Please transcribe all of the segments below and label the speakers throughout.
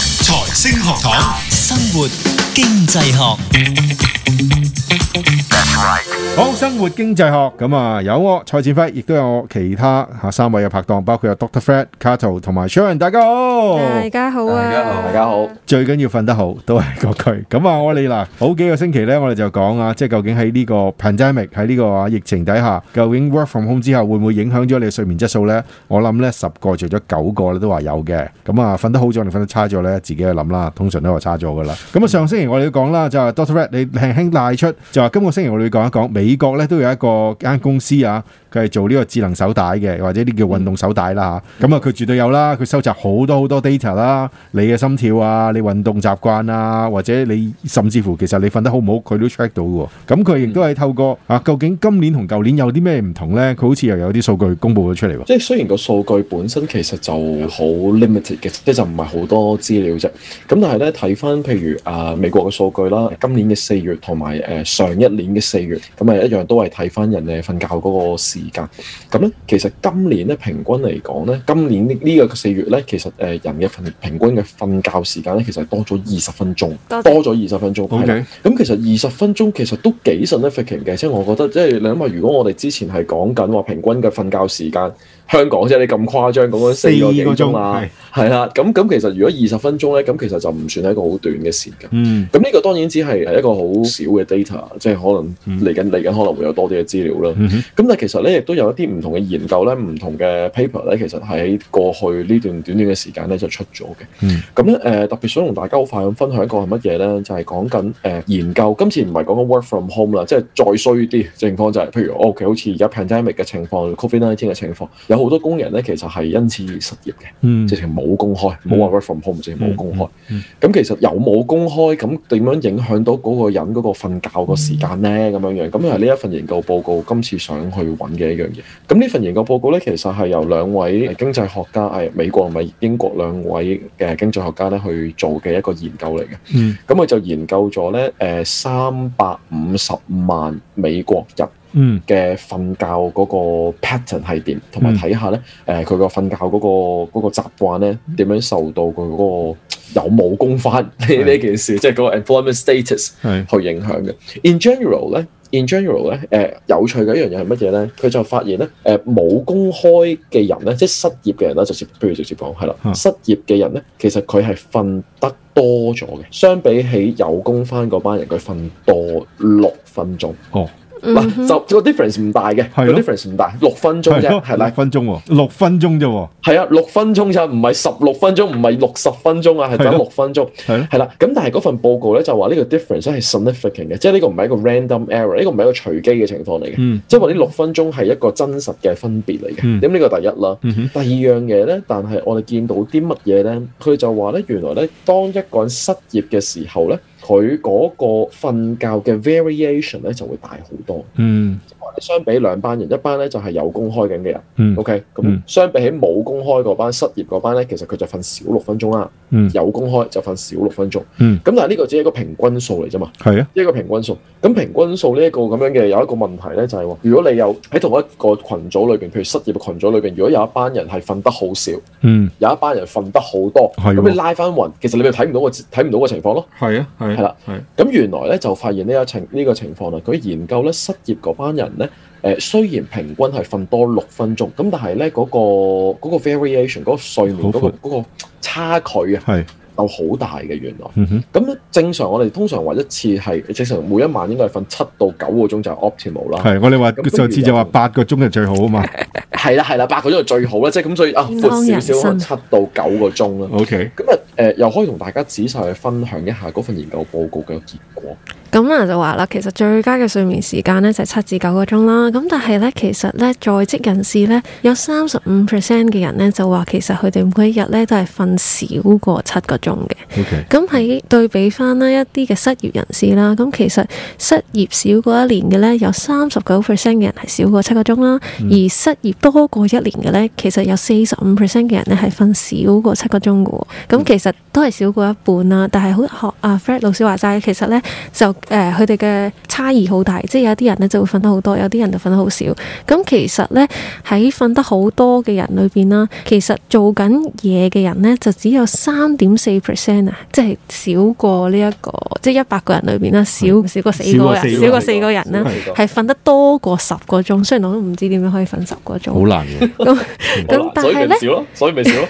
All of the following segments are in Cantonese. Speaker 1: 星學堂，
Speaker 2: 生活經濟學，
Speaker 3: 好生活經濟學咁啊，有我蔡展輝，亦都有我其他吓三位嘅拍檔，包括有 Doctor Fred、Cato 同埋 Sharon，大家好。
Speaker 4: 大家好啊！
Speaker 5: 哦大家好，
Speaker 3: 最緊要瞓得好，都係嗰句。咁啊，我哋嗱，好幾個星期咧，我哋就講啊，即係究竟喺呢個 pandemic 喺呢個啊疫情底下，究竟 work from home 之後會唔會影響咗你嘅睡眠質素咧？我諗咧十個除咗九個咧都話有嘅。咁啊，瞓得好咗定瞓得差咗咧，自己去諗啦。通常都話差咗噶啦。咁啊，上星期我哋都講啦，就係 Doctor Red 你輕輕帶出，就話今個星期我哋講一講美國咧都有一個間公司啊。佢係做呢個智能手帶嘅，或者呢叫運動手帶啦嚇。咁啊，佢絕對有啦，佢收集好多好多 data 啦，你嘅心跳啊，你運動習慣啊，或者你甚至乎其實你瞓得好唔好，佢都 check 到嘅喎。咁佢亦都係透過啊，究竟今年同舊年有啲咩唔同咧？佢好似又有啲數據公佈咗出嚟喎。
Speaker 5: 即係雖然個數據本身其實就好 limited 嘅，即係就唔係好多資料啫。咁但係咧睇翻譬如啊、美國嘅數據啦，今年嘅四月同埋誒上一年嘅四月，咁啊一樣都係睇翻人哋瞓覺嗰個時間。咁咧其實今年咧平均嚟講咧，今年呢呢個四月咧，其實誒呃人嘅瞓平均嘅瞓覺時間咧，其實係多咗二十分鐘，
Speaker 4: 多謝
Speaker 5: 多咗二十分鐘。係啦
Speaker 3: OK
Speaker 5: 咁其實二十分鐘其實都幾 significant 嘅，即係我覺得，即係你諗下，如果我哋之前係講緊話平均嘅瞓覺時間，香港啫，你咁誇張講緊四個幾鐘啊，係啦，咁咁其實如果二十分鐘咧，咁其實就唔算係一個好短嘅時間。
Speaker 3: 嗯，
Speaker 5: 咁呢個當然只係呃一個好少嘅 data，即係可
Speaker 3: 嗯
Speaker 5: 能嚟緊嚟緊可能會有多啲嘅資料啦。
Speaker 3: 嗯哼
Speaker 5: 咁但係其實咧，亦都有一啲唔同嘅研究咧，唔同嘅 paper 咧，其實喺過去呢段短短嘅時間咧就出咗嘅
Speaker 3: 嗯。
Speaker 5: 咁咧呃誒特別想同大家好快咁分享一個係乜嘢咧？就係講緊誒研究，今次唔係講緊 work from home 啦，即係再衰啲情況就係、譬如我屋企好似而家 pandemic 嘅情況，covid nineteen 嘅情況，有好多工人咧其實係因此而失業嘅。
Speaker 3: 嗯
Speaker 5: 直情冇公開，冇話 work from home，直情冇公開。咁、
Speaker 3: 嗯
Speaker 5: 其實有冇公開，咁點樣影響到嗰個人嗰個瞓覺個時間咧？咁樣樣，咁係呢一份研究報告今次想去揾嘅一樣嘢。咁呢份研究報告咧，其實係由兩位經濟學家，誒美國同埋英國兩位嘅經濟學家咧去做嘅一個研究嚟嘅。
Speaker 3: 嗯
Speaker 5: 咁佢就研究咗咧，誒三百五十萬美國人。
Speaker 3: 嗯
Speaker 5: 嘅瞓覺嗰個 pattern 係點，同埋
Speaker 3: 嗯
Speaker 5: 睇下咧，誒佢個瞓覺嗰、個嗰、個習慣咧
Speaker 3: 嗯
Speaker 5: 點樣受到佢嗰個有冇工翻呢
Speaker 3: 係
Speaker 5: 呢件事，即係嗰個 employment status
Speaker 3: 係
Speaker 5: 去影響嘅。In general 咧，in general 咧，誒、有趣嘅一樣嘢係乜嘢咧？佢就發現咧，誒、冇公開嘅人咧，即係失業嘅人啦，直接不如直接講係啦
Speaker 3: 嗯，
Speaker 5: 失業嘅人咧，其實佢係瞓得多咗嘅，相比起有工翻嗰班人，佢瞓多六分鐘。
Speaker 3: 哦，
Speaker 4: 嗯哼
Speaker 5: 嗱，就個 difference 唔大嘅，個
Speaker 3: 係咯
Speaker 5: difference 唔大，六分鐘
Speaker 3: 係
Speaker 5: 啫，
Speaker 3: 咯，
Speaker 5: 係
Speaker 3: 六
Speaker 5: 啦，
Speaker 3: 分鐘喎，六分鐘啫喎，
Speaker 5: 係啊，六分鐘咋，唔係十六分鐘，唔係六十分鐘啊，係
Speaker 3: 係
Speaker 5: 得
Speaker 3: 咯
Speaker 5: 六分鐘，
Speaker 3: 係咯，
Speaker 5: 係啦。咁但係嗰份報告咧就話呢個 difference 咧係 significant 嘅，即係呢個唔係一個 random error，呢個唔係一個隨機嘅情況嚟嘅，
Speaker 3: 嗯
Speaker 5: 即係話呢六分鐘係一個真實嘅分別嚟
Speaker 3: 嗯
Speaker 5: 嘅。咁呢個第一啦。
Speaker 3: 嗯哼
Speaker 5: 第二樣嘢咧，但係我哋見到啲乜嘢咧？佢就話咧，原來咧，當一個人失業嘅時候咧，佢嗰個瞓覺嘅 variation 咧就會大好多。
Speaker 3: 嗯
Speaker 5: 相比兩班人，一班咧就係有工開緊嘅人
Speaker 3: 嗯
Speaker 5: ，OK，
Speaker 3: 嗯
Speaker 5: 咁相比起冇工開嗰班失業嗰班咧，其實佢就瞓少六分鐘啦，
Speaker 3: 嗯
Speaker 5: 有工開就瞓少六分鐘。咁
Speaker 3: 嗯
Speaker 5: 但係呢個只係一個平均數嚟啫嘛，
Speaker 3: 係啊
Speaker 5: 一個平均數。咁平均數呢一個咁樣嘅有一個問題咧，就係話，如果你有喺同一個群組裏邊，譬如失業嘅群組裏邊，如果有一班人係瞓得好少，
Speaker 3: 嗯
Speaker 5: 有一班人瞓得好多，
Speaker 3: 係喎
Speaker 5: 咁你拉翻勻，其實你咪睇唔到個睇唔到個情況咯。
Speaker 3: 係啊係
Speaker 5: 係啦
Speaker 3: 係
Speaker 5: 咁原來咧就發現呢一情呢、個情況啦，佢研究咧失業嗰班人咧，誒、雖然平均係瞓多六分鐘，咁但係咧嗰個嗰、個 variation 嗰個睡眠
Speaker 3: 好
Speaker 5: 嗰、個
Speaker 3: 闊
Speaker 5: 嗰個差距啊，
Speaker 3: 係
Speaker 5: 就好大嘅原來。
Speaker 3: 嗯哼
Speaker 5: 咁咧正常我哋通常話一次係正常每一晚應該係瞓七到九個鐘就係 optimal 啦。
Speaker 3: 係我哋話
Speaker 5: 咁
Speaker 3: 上次就話
Speaker 5: 不如有
Speaker 3: 八個鐘係最好啊 嘛。
Speaker 5: 係啦係啦，八個鐘係最好啦，即係咁所以啊
Speaker 4: 健康
Speaker 5: 闊少少可能
Speaker 4: 人
Speaker 5: 七到九個鐘啦。
Speaker 3: OK，
Speaker 5: 咁啊誒又可以同大家仔細去分享一下嗰份研究報告嘅結果。
Speaker 4: 咁啊就話啦，其實最佳嘅睡眠時間呢就係七至九個鐘啦。咁但係呢，其實呢，在職人士呢，有三十五 percent 嘅人呢，就話其實佢哋每一日呢都係瞓少過七個鐘嘅。
Speaker 3: OK，
Speaker 4: 咁喺對比翻呢一啲嘅失業人士啦，咁其實失業少過一年嘅呢，有三十九 percent 嘅人係少過七個鐘啦，而失業多過一年嘅呢，其實有四十五 percent 嘅人呢係瞓少過七個鐘嘅喎。咁其實都係少過一半啦，但係好學阿 Fred 啊老師話齋，其實呢，就誒呃佢哋嘅差異好大，即係有啲人咧就會瞓得好多，有啲人就瞓得好少。咁其實咧喺瞓得好多嘅人裏邊啦，其實做緊嘢嘅人咧就只有三點四 percent 啊，即係少過呢、一個，即係一百個人裏邊啦，少少過四個人，少過四個人啦，係瞓得多過十個鐘。雖然我都唔知點樣可以瞓十個鐘。
Speaker 3: 好難嘅，
Speaker 4: 咁咁
Speaker 5: 咁，
Speaker 4: 但
Speaker 5: 所以
Speaker 4: 係
Speaker 5: 咪
Speaker 4: 咧，
Speaker 5: 少咯，所以咪少咯。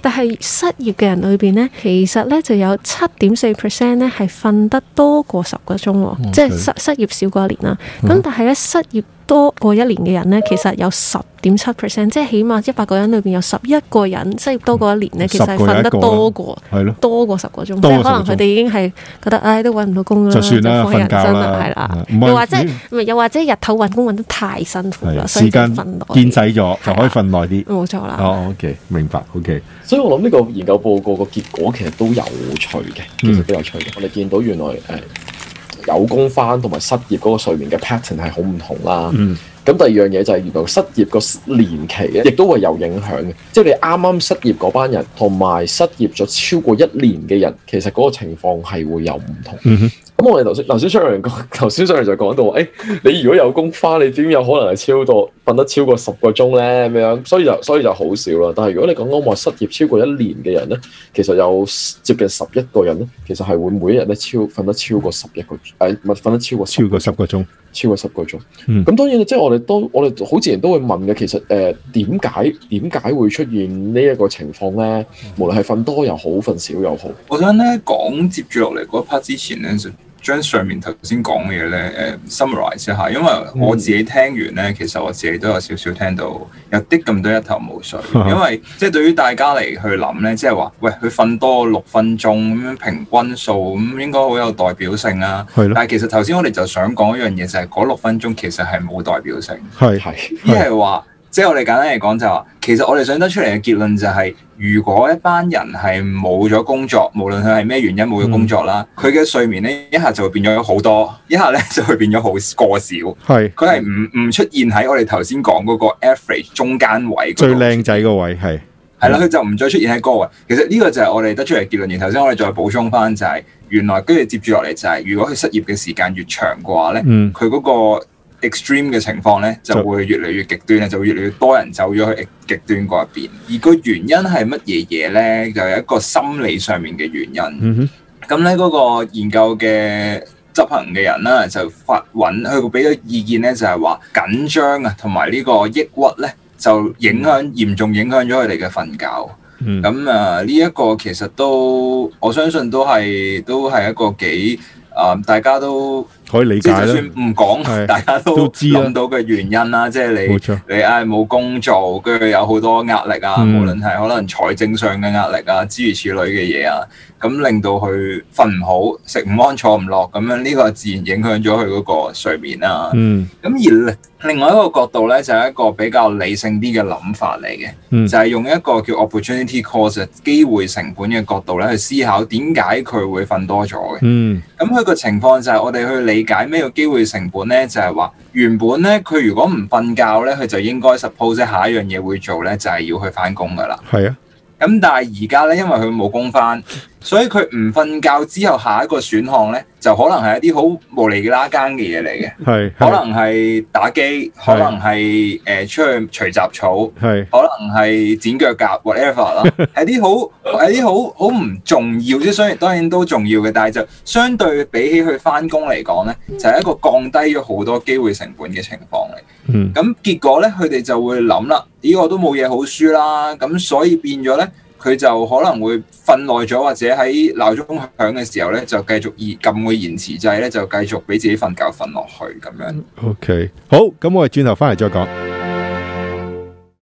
Speaker 4: 但係失業嘅人裏邊咧，其實咧就有七點四 percent 咧係瞓得多過十個鐘喎，
Speaker 3: 嗯
Speaker 4: 即係失失業少過一年啦。咁但係咧失業多過一年嘅人咧，其實有十點七 percent，即係起碼一百個人裏邊有十一個人失業多過一年咧，其實係
Speaker 3: 嗯10個有
Speaker 4: 瞓得
Speaker 3: 一個啦
Speaker 4: 多過。
Speaker 3: 係咯，
Speaker 4: 多過十個鐘，即
Speaker 3: 多過
Speaker 4: 係可能
Speaker 3: 10個鐘
Speaker 4: 佢哋已經係覺得，唉，都揾唔到工啦，
Speaker 3: 就算啦
Speaker 4: 放人
Speaker 3: 瞓覺
Speaker 4: 生
Speaker 3: 啦嗯
Speaker 4: 啦，係啦，
Speaker 3: 唔係
Speaker 4: 又或者
Speaker 3: 咦
Speaker 4: 唔係又或者日頭揾工揾得太辛苦啦，
Speaker 3: 係
Speaker 4: 所以
Speaker 3: 時
Speaker 4: 就
Speaker 3: 間
Speaker 4: 瞓耐
Speaker 3: 見
Speaker 4: 啲，
Speaker 3: 使咗就可以瞓耐啲。
Speaker 4: 冇錯啦。
Speaker 3: 哦，OK，明白，OK，
Speaker 5: 所以我諗呢個研究報告個結果其實都有趣嘅，其實都有趣嘅。我哋見到原來誒、呃有工翻同埋失業嗰個睡眠嘅 pattern 係好唔同啦。
Speaker 3: 嗯
Speaker 5: 咁第二樣嘢就係原來失業個年期咧，亦都會有影響嘅。即係你啱啱失業嗰班人，同埋失業咗超過一年嘅人，其實嗰個情況係會有唔同。
Speaker 3: 嗯哼
Speaker 5: 咁我哋頭先頭先商人講，頭先商人就講到，誒、你如果有工花，你點有可能係超到瞓得超過十個鐘咧咁樣？所以就所以就好少啦。但係如果你講緊話失業超過一年嘅人咧，其實有接近十一個人咧，其實係會每一日咧超瞓得超過十一個，誒唔係瞓得超過10
Speaker 3: 超過十個鐘，
Speaker 5: 超過十個鐘。咁、
Speaker 3: 嗯
Speaker 5: 當然啦，即係我哋都我哋好自然都會問嘅，其實誒點解點解會出現呢一個情況咧？無論係瞓多又好，瞓少又好。
Speaker 1: 我想咧講接住落嚟嗰 part 之前咧，就將上面頭先講嘅嘢咧誒 summarize 一下，因為
Speaker 3: 嗯
Speaker 1: 我自己聽完咧，其實我自己都有少少聽到有啲咁多一頭 霧水，因為即係對於大家嚟去諗咧，即係話喂佢瞓多六分鐘咁樣平均數咁應該好有代表性啦、啊。
Speaker 3: 係咯，
Speaker 1: 但係其實頭先我哋就想講一樣嘢，就係嗰六分鐘其實係冇代表性。
Speaker 3: 係
Speaker 5: 係
Speaker 1: 一係話，即係我哋簡單嚟講就係話，其實我哋想得出嚟嘅結論就係、如果一班人係冇咗工作，無論佢係咩原因冇咗工作啦，
Speaker 3: 嗯
Speaker 1: 佢嘅、睡眠咧一下就會變咗好多，一下咧就會變咗好過少。
Speaker 3: 係
Speaker 1: 佢係唔唔出現喺我哋頭先講嗰個 average 中間位嗰度
Speaker 3: 最靚仔個位係
Speaker 1: 係啦，佢就唔再出現喺高位。其實呢個就係我哋得出嚟嘅結論。然後頭先我哋再補充翻就係、原來跟住接住落嚟就係、如果佢失業嘅時間越長嘅話咧，
Speaker 3: 嗯
Speaker 1: 佢嗰、個 extreme 嘅情況咧就
Speaker 3: 就
Speaker 1: 會越嚟越極端咧，就會越嚟越多人走咗去極端嗰一邊。而個原因係乜嘢嘢咧？就有一個心理上面嘅原因。
Speaker 3: 嗯哼
Speaker 1: 咁咧嗰個研究嘅執行嘅人啦，就發揾佢俾咗意見咧，就係話緊張啊，同埋呢個抑鬱咧，就影響嚴重影響咗佢哋嘅瞓覺。
Speaker 3: 嗯
Speaker 1: 咁啊，呢一個其實都我相信都係都係一個幾啊、大家都
Speaker 3: 可以理
Speaker 1: 即
Speaker 3: 解
Speaker 1: 係就算
Speaker 3: 啦，
Speaker 1: 唔
Speaker 3: 係
Speaker 1: 講，大家都
Speaker 3: 都知啦
Speaker 1: 諗到嘅原因啦，即係你
Speaker 3: 冇錯，
Speaker 1: 你唉冇工做，跟住有好多壓力啊，
Speaker 3: 嗯
Speaker 1: 無論係可能財政上嘅壓力啊，諸如此類嘅嘢啊，咁令到佢瞓唔好、食唔安、坐唔落，咁樣呢個自然影響咗佢嗰個睡眠啦。
Speaker 3: 嗯
Speaker 1: 咁而另另外一個角度咧，就係、一個比較理性啲嘅諗法嚟嘅，
Speaker 3: 嗯
Speaker 1: 就係用一個叫 opportunity cost 機會成本嘅角度咧去思考點解佢會瞓多咗嘅。
Speaker 3: 嗯
Speaker 1: 咁佢個情況就係我哋去理解咩叫機會成本咧，就係、話原本咧佢如果唔瞓覺咧，佢就應該 suppose 下一樣嘢會做咧，就係、要去翻工噶啦。
Speaker 3: 係啊，
Speaker 1: 咁但係而家咧，因為佢冇工翻，所以佢唔瞓覺之後，下一個選項咧就可能係一啲好無厘啦更嘅嘢嚟嘅，
Speaker 3: 係
Speaker 1: 可能係打機，可能係誒、呃出去除雜草。
Speaker 3: 係
Speaker 1: 可能係剪腳甲 whatever 啦，係啲好係啲好好唔重要啫。雖然當然都重要嘅，但係就相對比起佢翻工嚟講咧，就係、一個降低咗好多機會成本嘅情況嚟。
Speaker 3: 嗯
Speaker 1: 咁結果咧，佢哋就會諗啦，咦，我都冇嘢好輸啦，咁所以變咗咧。佢就可能會瞓耐咗，或者喺鬧鐘響嘅時候咧，就繼續延撳個延遲掣咧，就繼續俾自己瞓覺瞓落去咁樣。
Speaker 3: OK，好，咁我哋轉頭翻嚟再講。